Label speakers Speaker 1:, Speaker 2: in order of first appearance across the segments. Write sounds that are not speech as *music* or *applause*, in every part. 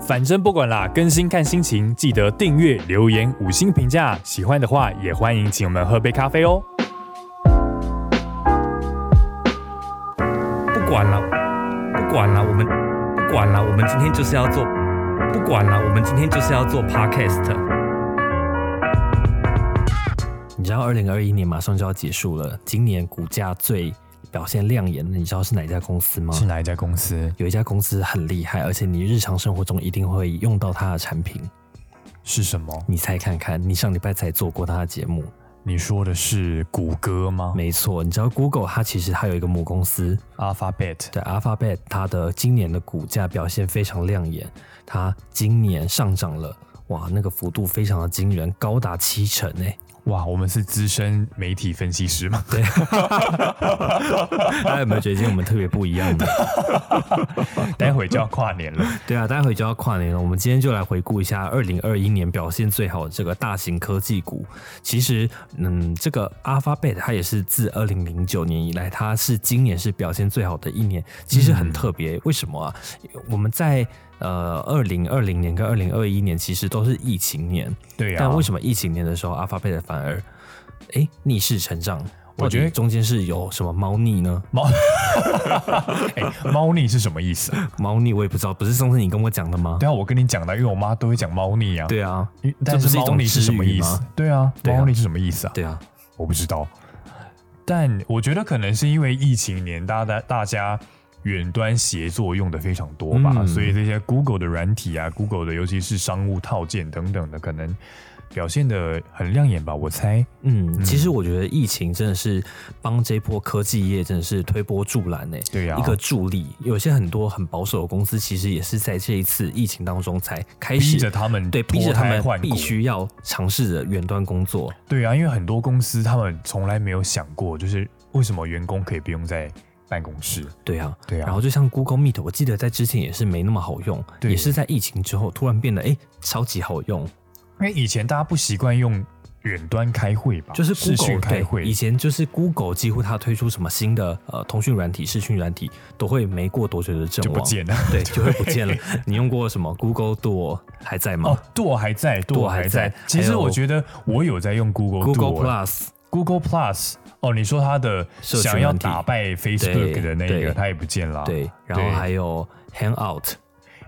Speaker 1: 反正不管啦，更新看心情，记得订阅、留言、五星评价。喜欢的话，也欢迎请我们喝杯咖啡哦。
Speaker 2: 嗯
Speaker 3: 不管了，不管了，我们不管了，我们今天就是要做，不管了，我们今天就是要做 podcast。
Speaker 2: 你知道，二零二一年马上就要结束了，今年股价最表现亮眼的，你知道是哪一家公司吗？
Speaker 1: 是哪一家公司？
Speaker 2: 有一家公司很厉害，而且你日常生活中一定会用到它的产品。
Speaker 1: 是什么？
Speaker 2: 你猜看看，你上礼拜才做过它的节目，
Speaker 1: 你说的是谷歌吗
Speaker 2: 没错。你知道 Google 它其实它有一个母公司，
Speaker 1: ？Alphabet
Speaker 2: 对 Alphabet，它的今年的股价表现非常亮眼，它今年上涨了，哇，那个幅度非常的惊人，高达七成欸诶、
Speaker 1: 哇，我们是资深媒体分析师吗？
Speaker 2: 大家有没有觉得今天我们特别不一样呢？
Speaker 1: *laughs*
Speaker 2: *laughs*
Speaker 1: 待会就要跨年了，
Speaker 2: 对啊，待会就要跨年了，我们今天就来回顾一下二零二一年表现最好的这个大型科技股。其实，嗯，这个 Alphabet 它也是自二零零九年以来，它是今年是表现最好的一年，其实很特别。为什么啊？我们在呃二零二零年跟二零二一年其实都是疫情年，
Speaker 1: 对啊呀、
Speaker 2: 但为什么疫情年的时候 Alphabet 反而诶逆势成长？
Speaker 1: 我觉得
Speaker 2: 到底中间是有什么猫腻呢？
Speaker 1: 猫，哎、猫腻是什么意
Speaker 2: *laughs*
Speaker 1: 思啊？
Speaker 2: 猫腻我也不知道，不是上次你跟我讲的吗？
Speaker 1: 等一下我跟你讲的，因为我妈都会讲猫腻啊。
Speaker 2: 对啊，
Speaker 1: 因为，但
Speaker 2: 这
Speaker 1: 是
Speaker 2: 不是一种
Speaker 1: 猫腻是
Speaker 2: 之
Speaker 1: 什么
Speaker 2: 语
Speaker 1: 意思
Speaker 2: 吗？
Speaker 1: 对啊，
Speaker 2: 对啊
Speaker 1: 猫腻是什么意思啊？
Speaker 2: 对啊，
Speaker 1: 我不知道，但我觉得可能是因为疫情年，大家大家远端协作用的非常多吧，
Speaker 2: 嗯
Speaker 1: 所以这些 Google 的软体啊，Google 的尤其是商务套件等等的，可能表现的很亮眼吧，我猜。
Speaker 2: 嗯，其实我觉得疫情真的是帮这波科技业真的是推波助澜呢、
Speaker 1: 对啊呀、
Speaker 2: 一个助力。有些很多很保守的公司，其实也是在这一次疫情当中才开始
Speaker 1: 逼着他们
Speaker 2: 哎对逼着
Speaker 1: 脱
Speaker 2: 他
Speaker 1: 胎
Speaker 2: 们
Speaker 1: 换骨
Speaker 2: 必须要尝试着远端工作。
Speaker 1: 对啊，因为很多公司他们从来没有想过，就是为什么员工可以不用在办公室？
Speaker 2: 对啊，
Speaker 1: 对啊
Speaker 2: 然后就像 Google Meet，我记得在之前也是没那么好用，
Speaker 1: 对
Speaker 2: 也是在疫情之后突然变得哎、超级好用。
Speaker 1: 因为以前大家不习惯用远端开会吧，
Speaker 2: 就是
Speaker 1: 视讯
Speaker 2: Google
Speaker 1: 开
Speaker 2: 对
Speaker 1: 会
Speaker 2: 以，前就是 Google 几乎它推出什么新的呃通讯软体、视讯软体，都会没过多久的阵
Speaker 1: 就
Speaker 2: 亡，
Speaker 1: 不见了。
Speaker 2: *laughs*
Speaker 1: *laughs*
Speaker 2: 对，就会不见了。你用过什么 Google Duo 还在吗、
Speaker 1: 哦，舵还在，舵还在
Speaker 2: 还在。
Speaker 1: 其
Speaker 2: 还
Speaker 1: 实
Speaker 2: 有
Speaker 1: 我觉得我有在用 Google
Speaker 2: g o o g
Speaker 1: Duo
Speaker 2: l
Speaker 1: 欸
Speaker 2: e Plus
Speaker 1: Google Plus。哦，你说它的
Speaker 2: 社群
Speaker 1: 想要
Speaker 2: 软体
Speaker 1: 打败 Facebook 的那
Speaker 2: 对
Speaker 1: 个，它也不见了啊。
Speaker 2: 对，然后还有 Hangout，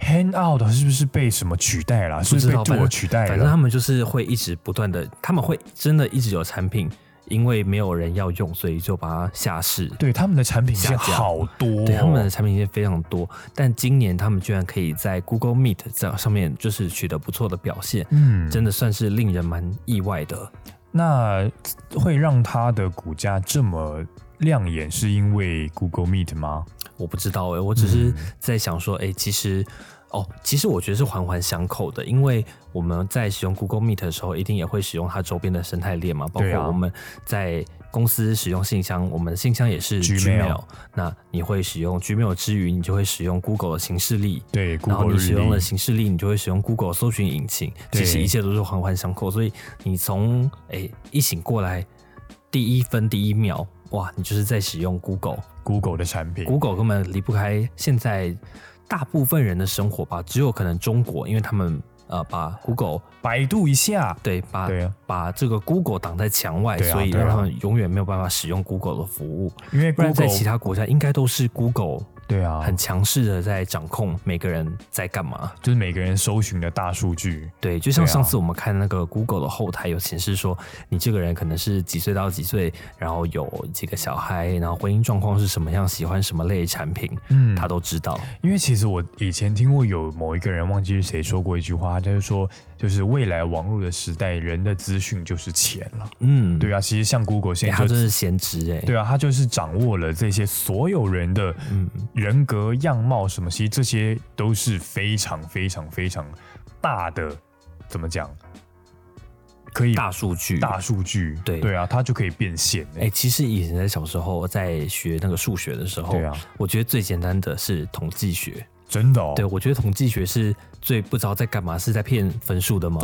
Speaker 1: Hangout 是不是被什么取代了？是
Speaker 2: 不
Speaker 1: 不是
Speaker 2: 知
Speaker 1: 被
Speaker 2: 道反
Speaker 1: 舵
Speaker 2: 正
Speaker 1: 取代
Speaker 2: 反正他
Speaker 1: 了？
Speaker 2: 们就是会一直不断的，他们会真的一直有产品，因为没有人要用，所以就把它下市。
Speaker 1: 对，他们的产品线
Speaker 2: 下架
Speaker 1: 好多哦，
Speaker 2: 对他们的产品线非常多，但今年他们居然可以在 Google Meet 这上面就是取得不错的表现，
Speaker 1: 嗯，
Speaker 2: 真的算是令人蛮意外的。
Speaker 1: 那会让它的股价这么亮眼，是因为 Google Meet 吗？
Speaker 2: 我不知道哎、我只是在想说，哎、其实哦，其实我觉得是环环相扣的，因为我们在使用 Google Meet 的时候，一定也会使用它周边的生态链嘛，包
Speaker 1: 对啊
Speaker 2: 括我们在公司使用信箱，我们的信箱也是
Speaker 1: Gmail
Speaker 2: 那你会使用 Gmail 之余，你就会使用 Google 的形式力。
Speaker 1: 对
Speaker 2: 然后
Speaker 1: ，Google
Speaker 2: 你使用
Speaker 1: 日
Speaker 2: 了
Speaker 1: 历
Speaker 2: 形式力，你就会使用 Google 搜寻引擎，
Speaker 1: 对
Speaker 2: 其实一切都是环环相扣。所以你从哎一醒过来，第一分第一秒，哇，你就是在使用 Google，
Speaker 1: Google 的产品，
Speaker 2: Google 根本离不开现在大部分人的生活吧，只有可能中国，因为他们呃把 Google
Speaker 1: 百度一下，
Speaker 2: 对把
Speaker 1: 对啊
Speaker 2: 把这个 Google 挡在墙外，
Speaker 1: 对啊
Speaker 2: 所以
Speaker 1: 对啊
Speaker 2: 让他们永远没有办法使用 Google 的服务。
Speaker 1: 因为
Speaker 2: 不然在
Speaker 1: Google
Speaker 2: 其他国家应该都是 Google
Speaker 1: 对啊，
Speaker 2: 很强势的在掌控每个人在干嘛。
Speaker 1: 就是每个人搜寻的大数据，
Speaker 2: 对，就像
Speaker 1: 对啊
Speaker 2: 上次我们看那个 Google 的后台有显示说，你这个人可能是几岁到几岁，然后有几个小孩，然后婚姻状况是什么样，喜欢什么类的产品，
Speaker 1: 嗯
Speaker 2: 他都知道。
Speaker 1: 因为其实我以前听过有某一个人忘记是谁说过一句话，他就是说，就是未来网络的时代，人的资讯就是钱了。
Speaker 2: 嗯，
Speaker 1: 对啊，其实像 Google
Speaker 2: 欸
Speaker 1: 现在
Speaker 2: 他
Speaker 1: 就
Speaker 2: 真是先知哎、
Speaker 1: 对啊，他就是掌握了这些所有人的
Speaker 2: 嗯
Speaker 1: 人格、样貌什么，其实这些都是非常非常非常大的，怎么讲？可以
Speaker 2: 大数据。
Speaker 1: 大数据，
Speaker 2: 对
Speaker 1: 对啊，它就可以变现、
Speaker 2: 哎、其实以前在小时候在学那个数学的时候，
Speaker 1: 对啊，
Speaker 2: 我觉得最简单的是统计学，
Speaker 1: 真的哦，
Speaker 2: 对，我觉得统计学是最不知道在干嘛，是在骗分
Speaker 1: *laughs*
Speaker 2: 数的吗？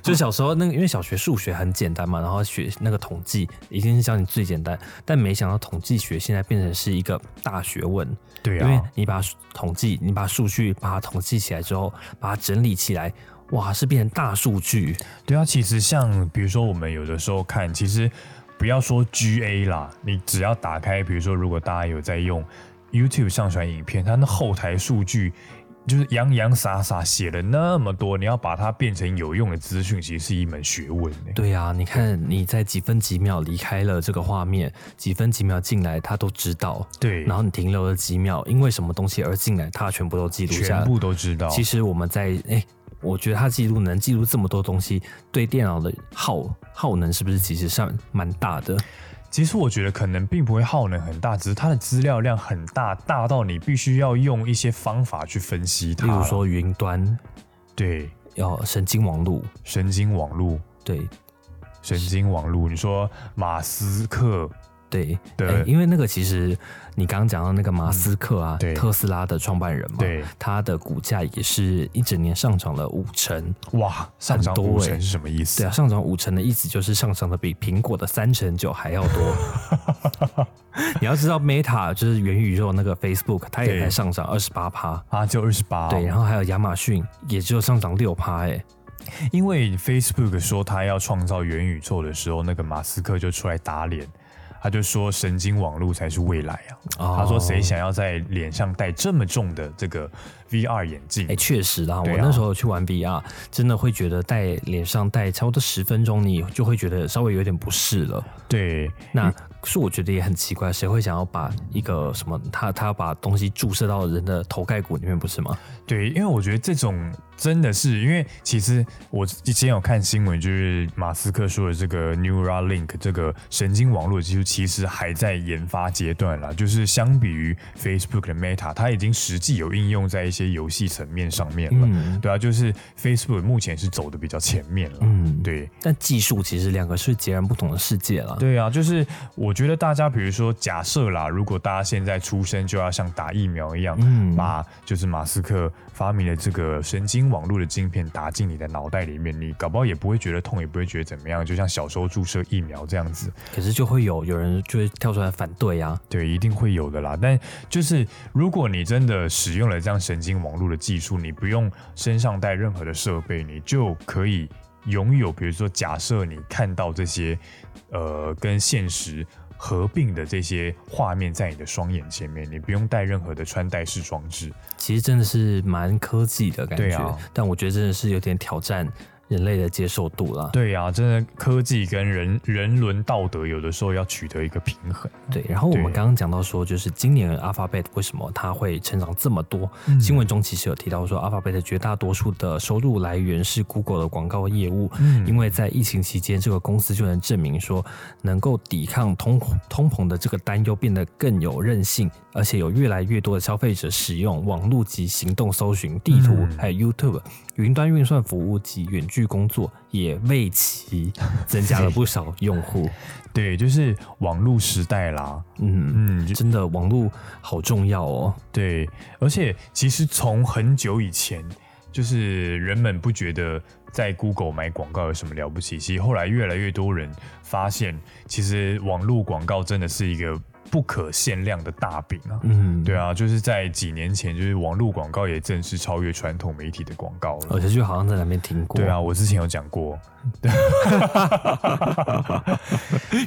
Speaker 2: 就小时候那个，因为小学数学很简单嘛，然后学那个统计一定是教你最简单，但没想到统计学现在变成是一个大学问，
Speaker 1: 对
Speaker 2: 因为
Speaker 1: 啊，
Speaker 2: 你把数统计，你把数据把它统计起来之后，把它整理起来，哇，是变成大数据，
Speaker 1: 对啊。其实像比如说我们有的时候看，其实不要说 GA 啦，你只要打开，比如说如果大家有在用 YouTube 上传影片，它那后台数据。就是洋洋洒洒写了那么多，你要把它变成有用的资讯，其实是一门学问、欸。
Speaker 2: 对啊，你看你在几分几秒离开了这个画面，几分几秒进来，他都知道。
Speaker 1: 对，
Speaker 2: 然后你停留了几秒，因为什么东西而进来，他全部都记录下
Speaker 1: 全
Speaker 2: 来。
Speaker 1: 部都知道。
Speaker 2: 其实我们在哎、我觉得它记录能记录这么多东西，对电脑的耗耗能是不是其实上蛮大的？
Speaker 1: 其实我觉得可能并不会耗能很大，只是它的资料量很大，大到你必须要用一些方法去分析它。
Speaker 2: 例如，说云端
Speaker 1: 对
Speaker 2: 要神经网络，
Speaker 1: 神经网络，
Speaker 2: 对
Speaker 1: 神经网络，你说马斯克，
Speaker 2: 对
Speaker 1: 对
Speaker 2: 哎因为那个其实你刚刚讲到那个马斯克啊，
Speaker 1: 对
Speaker 2: 特斯拉的创办人嘛，
Speaker 1: 对
Speaker 2: 他的股价也是一整年上涨了五成。
Speaker 1: 哇，上涨
Speaker 2: 很多
Speaker 1: 五
Speaker 2: 欸
Speaker 1: 成是什么意思？
Speaker 2: 对啊，上涨五成的意思就是上涨的比苹果的三成九还要多。
Speaker 1: *laughs*
Speaker 2: 你要知道，Meta 就是元宇宙那个 Facebook，它也
Speaker 1: 对
Speaker 2: 才上涨二十八趴。
Speaker 1: 啊，就二十八。
Speaker 2: 对，然后还有亚马逊也只有上涨六趴哎，
Speaker 1: 因为 Facebook 说他要创造元宇宙的时候，那个马斯克就出来打脸，他就说神经网络才是未来啊。
Speaker 2: 哦
Speaker 1: 他说谁想要在脸上戴这么重的这个 VR 眼镜？
Speaker 2: 哎，确实啦，我
Speaker 1: 对啊
Speaker 2: 那时候去玩 VR，真的会觉得戴脸上戴差不多十分钟，你就会觉得稍微有点不适了。
Speaker 1: 对，
Speaker 2: 那是我觉得也很奇怪，谁会想要把一个什么他他把东西注射到人的头盖骨里面，不是吗？
Speaker 1: 对，因为我觉得这种真的是，因为其实我之前有看新闻，就是马斯克说的这个 Neuralink 这个神经网络技术，其实还在研发阶段啦。就是相比于 Facebook 的 Meta，它已经实际有应用在一些游戏层面上面了。
Speaker 2: 嗯
Speaker 1: 对啊，就是 Facebook 目前是走的比较前面了。
Speaker 2: 嗯，。
Speaker 1: 对，
Speaker 2: 但技术其实两个是截然不同的世界了。
Speaker 1: 对啊，就是我觉得大家，比如说假设啦，如果大家现在出生就要像打疫苗一样，
Speaker 2: 嗯
Speaker 1: 把就是马斯克发明了这个神经网络的晶片打进你的脑袋里面，你搞不好也不会觉得痛，也不会觉得怎么样，就像小时候注射疫苗这样子，
Speaker 2: 可是就会有有人就会跳出来反对啊。
Speaker 1: 对，一定会有的啦。但就是如果你真的使用了这样神经网络的技术，你不用身上带任何的设备，你就可以拥有，比如说假设你看到这些呃跟现实合并的这些画面在你的双眼前面，你不用带任何的穿戴式装置。
Speaker 2: 其实真的是蛮科技的感
Speaker 1: 对
Speaker 2: 觉，
Speaker 1: 啊
Speaker 2: 但我觉得真的是有点挑战人类的接受度啦。
Speaker 1: 对呀、啊，真的科技跟人人伦道德有的时候要取得一个平衡。
Speaker 2: 对，然后我们
Speaker 1: 对
Speaker 2: 刚刚讲到说，就是今年 Alphabet 为什么它会成长这么多？
Speaker 1: 嗯
Speaker 2: 新闻中其实有提到说，Alphabet 的绝大多数的收入来源是 Google 的广告业务，
Speaker 1: 嗯
Speaker 2: 因为在疫情期间，这个公司就能证明说，能够抵抗通通膨的这个担忧变得更有韧性，而且有越来越多的消费者使用网络及行动搜寻、地图，
Speaker 1: 嗯
Speaker 2: 还有 YouTube 云端运算服务及远距工作，也为其增加了不少用户。
Speaker 1: *laughs* 对，就是网络时代啦。
Speaker 2: 嗯。
Speaker 1: 嗯，就
Speaker 2: 真的，网络好重要哦。
Speaker 1: 对，而且其实从很久以前，就是人们不觉得在 Google 买广告有什么了不起，其实后来越来越多人发现，其实网络广告真的是一个不可限量的大饼啊。
Speaker 2: 嗯，
Speaker 1: 对啊，就是在几年前，就是网络广告也正式超越传统媒体的广告了。
Speaker 2: 而且就好像在那边听呃过。
Speaker 1: 对啊，，我之前有讲过，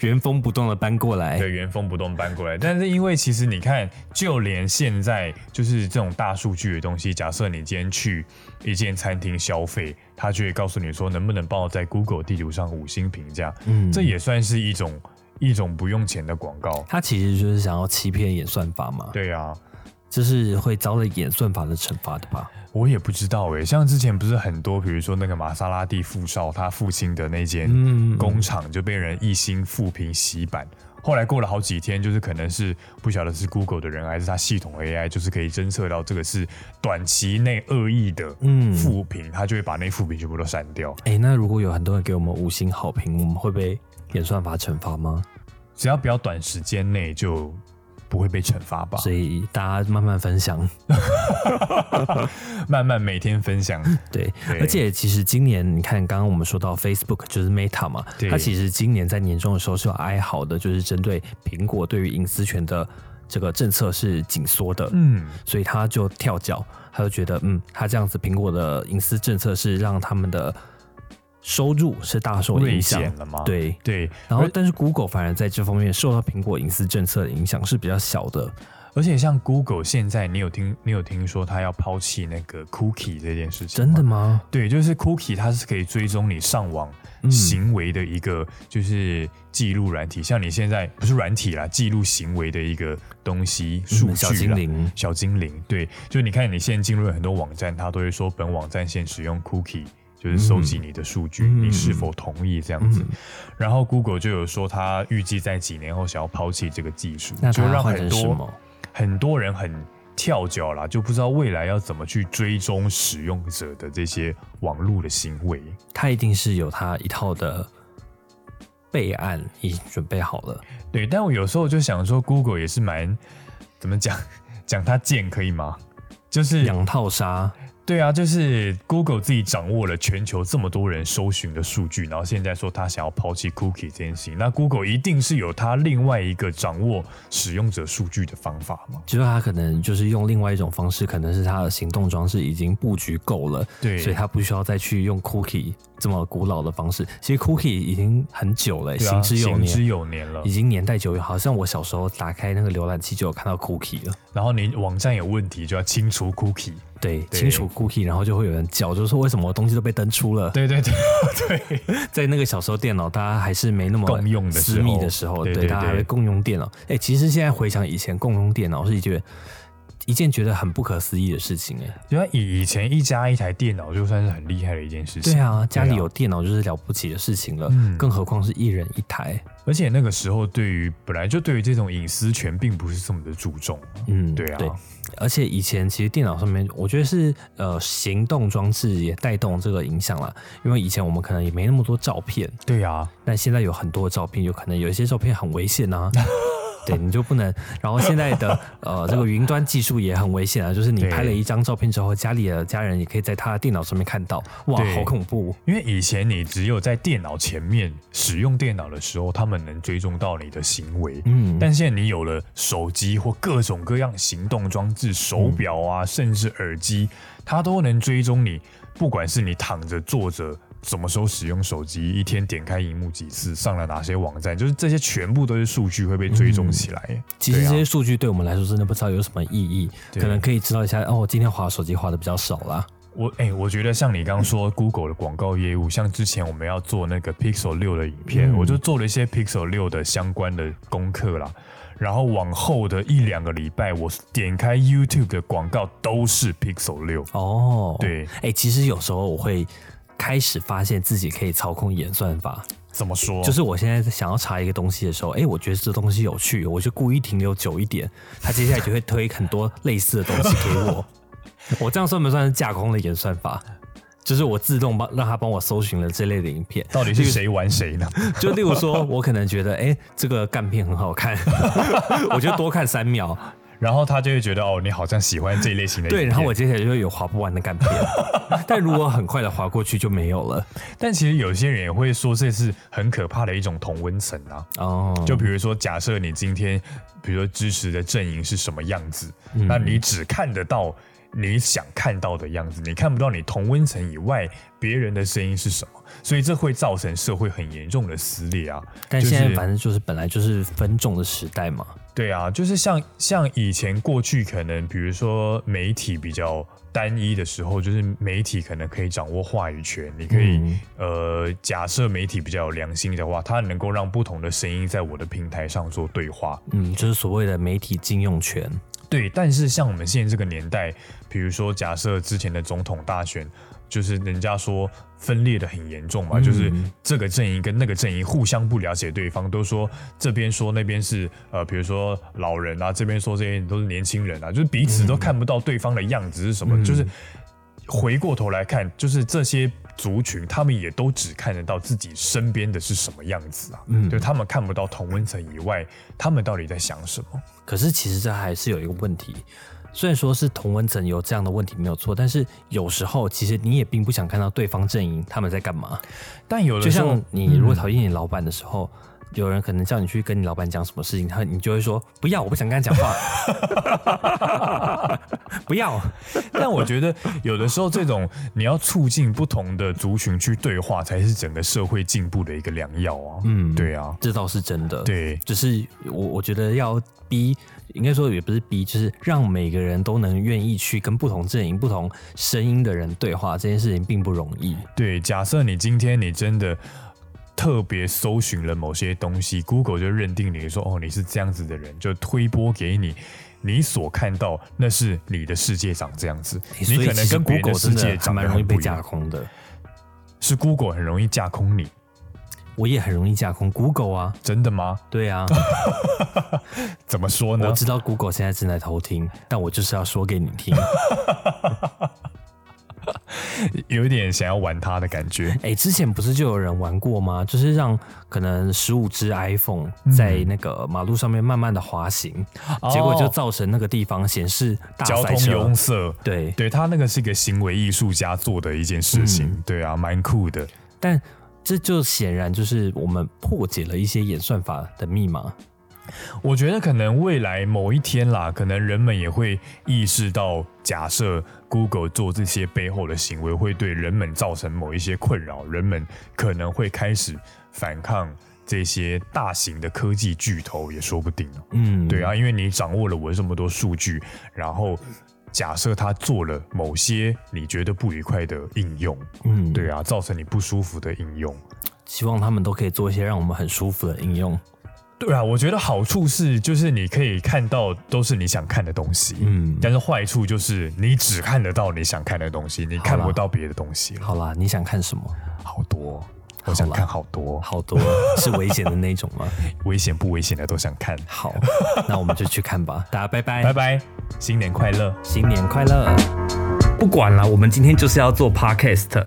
Speaker 2: 原封不动的搬过来。
Speaker 1: 对，原封不动搬过来。但是因为其实你看，就连现在就是这种大数据的东西，假设你今天去一间餐厅消费，它就会告诉你说能不能帮我在 Google 地图上五星评价，
Speaker 2: 嗯，
Speaker 1: 这也算是一种一种不用钱的广告。
Speaker 2: 他其实就是想要欺骗演算法嘛。
Speaker 1: 对啊，
Speaker 2: 这是会遭了演算法的惩罚的吧？
Speaker 1: 我也不知道诶、像之前不是很多，比如说那个玛莎拉蒂富少他父亲的那间
Speaker 2: 嗯
Speaker 1: 工厂就被人一星复评洗版。后来过了好几天，就是可能是不晓得是 Google 的人还是他系统 AI，就是可以侦测到这个是短期内恶意的
Speaker 2: 嗯
Speaker 1: 复评，他就会把那复评全部都删掉。
Speaker 2: 哎、那如果有很多人给我们五星好评，我们会被演算法惩罚吗？
Speaker 1: 只要不要短时间内就不会被惩罚吧？
Speaker 2: 所以大家慢慢分享。
Speaker 1: 慢慢每天分享，
Speaker 2: 对，
Speaker 1: 对
Speaker 2: 而且其实今年你看，刚刚我们说到 Facebook 就是 Meta 嘛
Speaker 1: 对，
Speaker 2: 它其实今年在年终的时候是有哀嚎的，就是针对苹果对于隐私权的这个政策是紧缩的，
Speaker 1: 嗯，
Speaker 2: 所以他就跳脚，他就觉得，嗯，他这样子苹果的隐私政策是让他们的收入是大受
Speaker 1: 危
Speaker 2: 影响，
Speaker 1: 险了吗？
Speaker 2: 对。
Speaker 1: 对，
Speaker 2: 然后
Speaker 1: 而，
Speaker 2: 但是 Google 反而在这方面受到苹果隐私政策的影响是比较小的，
Speaker 1: 而且像 Google 现在，你有听你有听说它要抛弃那个 cookie 这件事情？
Speaker 2: 真的？吗？
Speaker 1: 对，就是 cookie 它是可以追踪你上网
Speaker 2: 嗯
Speaker 1: 行为的一个就是记录软体，像你现在不是软体啦，记录行为的一个东西数据啦、啊
Speaker 2: 嗯小精灵
Speaker 1: 小精灵，对，就是你看你现在进入了很多网站，它都会说本网站现使用 cookie，就是收集你的数据，
Speaker 2: 嗯
Speaker 1: 你是否同意这样子。然后 Google 就有说，它预计在几年后想要抛弃这个技术，
Speaker 2: 那
Speaker 1: 就
Speaker 2: 它
Speaker 1: 让
Speaker 2: 换
Speaker 1: 很
Speaker 2: 成什
Speaker 1: 多
Speaker 2: 么？
Speaker 1: 很多人很跳脚啦，就不知道未来要怎么去追踪使用者的这些网络的行为。
Speaker 2: 它一定是有它一套的备案已经准备好了。
Speaker 1: 对，但我有时候就想说，Google 也是蛮怎么讲，讲它贱可以吗？就是
Speaker 2: 两套杀，
Speaker 1: 对啊，就是 Google 自己掌握了全球这么多人搜寻的数据，然后现在说他想要抛弃 Cookie 这件事情，那 Google 一定是有它另外一个掌握使用者数据的方法嘛？
Speaker 2: 就是它可能就是用另外一种方式，可能是它的行动装置已经布局够了，
Speaker 1: 对
Speaker 2: 所以它不需要再去用 cookie 这么古老的方式。其实 cookie 已经很久了、
Speaker 1: 对啊，
Speaker 2: 行之有
Speaker 1: 行之
Speaker 2: 年，
Speaker 1: 有年了
Speaker 2: 已。经年代久远。好像我小时候打开那个浏览器就有看到 cookie 了。
Speaker 1: 然后你网站有问题就要清除 Cookie。
Speaker 2: 对，
Speaker 1: 对
Speaker 2: 清除 cookie，然后就会有人叫，就是说为什么东西都被登出了？
Speaker 1: 对对对对，
Speaker 2: 在那个小时候，电脑大家还是没那么
Speaker 1: 共用的时候
Speaker 2: 私密的时候，
Speaker 1: 对
Speaker 2: 对
Speaker 1: 对
Speaker 2: 大家还
Speaker 1: 对
Speaker 2: 会共用电脑。哎、其实现在回想以前共用电脑是一件一件觉得很不可思议的事情、哎，
Speaker 1: 因为以以前一家一台电脑就算是很厉害的一件事情。
Speaker 2: 对啊，家里有电脑就是了不起的事情了，
Speaker 1: 嗯
Speaker 2: 更何况是一人一台。
Speaker 1: 而且那个时候对于本来就对于这种隐私权并不是这么的注重。
Speaker 2: 嗯，
Speaker 1: 对啊，
Speaker 2: 而且以前其实电脑上面，我觉得是呃行动装置也带动这个影响啦，因为以前我们可能也没那么多照片，
Speaker 1: 对啊，
Speaker 2: 但现在有很多照片，有可能有一些照片很危险
Speaker 1: *laughs*
Speaker 2: 啊。对，你就不能。然后现在的呃，这个云端技术也很危险啊，就是你
Speaker 1: 对
Speaker 2: 拍了一张照片之后，家里的家人也可以在他的电脑上面看到，哇，
Speaker 1: 对
Speaker 2: 好恐怖！
Speaker 1: 因为以前你只有在电脑前面使用电脑的时候，他们能追踪到你的行为。
Speaker 2: 嗯，
Speaker 1: 但现在你有了手机或各种各样行动装置、手表啊，甚至耳机，它都能追踪你，不管是你躺着、坐着，什么时候使用手机，一天点开荧幕几次，上了哪些网站，就是这些全部都是数据会被追踪起来。
Speaker 2: 其实
Speaker 1: 对啊
Speaker 2: 这些数据对我们来说真的不知道有什么意义，
Speaker 1: 对
Speaker 2: 可能可以知道一下哦，今天划手机划的比较少啦。
Speaker 1: 我哎、我觉得像你刚刚说 Google 的广告业务，像之前我们要做那个 Pixel 六的影片，
Speaker 2: 嗯
Speaker 1: 我就做了一些 Pixel 六的相关的功课啦。然后往后的一两个礼拜，我点开 YouTube 的广告都是 Pixel 六。
Speaker 2: 哦，
Speaker 1: 对
Speaker 2: 哎、其实有时候我会开始发现自己可以操控演算法，
Speaker 1: 怎么说？
Speaker 2: 就是我现在想要查一个东西的时候，哎、我觉得这东西有趣，我就故意停留久一点，它接下来就会推很多类似的东西给我。我这样算不算是架空的演算法？就是我自动帮让它帮我搜寻了这类的影片，
Speaker 1: 到底是谁玩谁呢？
Speaker 2: 就例如说，我可能觉得，哎、这个干片很好看，我就多看三秒，
Speaker 1: 然后他就会觉得哦，你好像喜欢这一类型的影
Speaker 2: 对，
Speaker 1: 片
Speaker 2: 然后我接下来就会有划不完的干片，但如果很快的划过去就没有了。
Speaker 1: 但其实有些人也会说这是很可怕的一种同温层啊。
Speaker 2: 哦，
Speaker 1: 就比如说，假设你今天，比如说支持的阵营是什么样子，那你只看得到你想看到的样子，你看不到你同温层以外别人的声音是什么，所以这会造成社会很严重的撕裂啊。
Speaker 2: 但
Speaker 1: 就是
Speaker 2: 现在反正就是本来就是分众的时代嘛，
Speaker 1: 对啊，就是像像以前过去可能，比如说媒体比较单一的时候，就是媒体可能可以掌握话语权，你可以、
Speaker 2: 嗯
Speaker 1: 呃，假设媒体比较有良心的话，它能够让不同的声音在我的平台上做对话。
Speaker 2: 嗯，就是所谓的媒体禁用权。
Speaker 1: 对，但是像我们现在这个年代，比如说假设之前的总统大选，就是人家说分裂的很严重嘛，就是
Speaker 2: 嗯
Speaker 1: 这个阵营跟那个阵营互相不了解对方，都说这边说那边是呃，比如说老人啊，这边说这些都是年轻人啊，就是
Speaker 2: 嗯
Speaker 1: 彼此都看不到对方的样子是什么，就是回过头来看，就是这些族群，他们也都只看得到自己身边的是什么样子啊，
Speaker 2: 嗯
Speaker 1: 就他们看不到同温层以外，他们到底在想什么？
Speaker 2: 可是其实这还是有一个问题，虽然说是同温层有这样的问题没有错，但是有时候其实你也并不想看到对方阵营他们在干嘛。
Speaker 1: 但有
Speaker 2: 就
Speaker 1: 的时候
Speaker 2: 像，你如果讨厌你老板的时候。有人可能叫你去跟你老板讲什么事情，他你就会说不要，我不想跟他讲话， *laughs* 不要。
Speaker 1: 但我觉得有的时候这种你要促进不同的族群去对话，才是整个社会进步的一个良药啊。
Speaker 2: 嗯，
Speaker 1: 对啊，
Speaker 2: 这倒是真的。，
Speaker 1: 对，
Speaker 2: 只是我我觉得要逼，应该说也不是逼，就是让每个人都能愿意去跟不同阵营、不同声音的人对话，这件事情并不容易。
Speaker 1: 对，假设你今天你真的特别搜寻了某些东西，Google 就认定你说哦你是这样子的人，就推播给你。你所看到那是你的世界长这样子，你
Speaker 2: 所以
Speaker 1: 可
Speaker 2: 其
Speaker 1: 能
Speaker 2: 实
Speaker 1: 跟别人
Speaker 2: Google
Speaker 1: 世
Speaker 2: 真
Speaker 1: 界
Speaker 2: 的还
Speaker 1: 长得
Speaker 2: 蛮容易
Speaker 1: 很不
Speaker 2: 被
Speaker 1: 一
Speaker 2: 架
Speaker 1: 样，
Speaker 2: 空的，
Speaker 1: 是 Google 很容易架空你，
Speaker 2: 我也很容易架空 Google 啊。
Speaker 1: 真的吗？
Speaker 2: 对啊，
Speaker 1: 怎么说
Speaker 2: 我
Speaker 1: 呢？
Speaker 2: 知道 Google 现在正在偷听，但我就是要说给你听。
Speaker 1: 有一点想要玩它的感觉。
Speaker 2: 哎、之前不是就有人玩过吗？就是让可能十五只 iPhone
Speaker 1: 嗯
Speaker 2: 在那个马路上面慢慢的滑行， *laughs* 结果就造成那个地方显示
Speaker 1: 哦
Speaker 2: 大
Speaker 1: 交
Speaker 2: 塞
Speaker 1: 通
Speaker 2: 车
Speaker 1: 拥。塞，
Speaker 2: 对，
Speaker 1: 对他那个是一个行为艺术家做的一件事
Speaker 2: 嗯
Speaker 1: 情，对啊，蛮酷的。
Speaker 2: 但这就显然就是我们破解了一些演算法的密码。
Speaker 1: 我觉得可能未来某一天啦，可能人们也会意识到，假设 Google 做这些背后的行为会对人们造成某一些困扰，人们可能会开始反抗这些大型的科技巨头，也说不定哦
Speaker 2: 嗯，
Speaker 1: 对啊，因为你掌握了我这么多数据，然后假设他做了某些你觉得不愉快的应用，
Speaker 2: 嗯，
Speaker 1: 对啊，造成你不舒服的应用。
Speaker 2: 希望他们都可以做一些让我们很舒服的应用。
Speaker 1: 对啊，我觉得好处是就是你可以看到都是你想看的东西，
Speaker 2: 嗯
Speaker 1: 但是坏处就是你只看得到你想看的东西，你看不到别的东西了。
Speaker 2: 好啦，你想看什么？
Speaker 1: 好多，我想看好多，
Speaker 2: 好多是危险的那种吗？
Speaker 1: 危险不危险的都想看。
Speaker 2: 好，那我们就去看吧。大家拜拜，
Speaker 1: 拜拜，新年快乐！
Speaker 2: 新年快乐！
Speaker 3: 不管了，我们今天就是要做 podcast。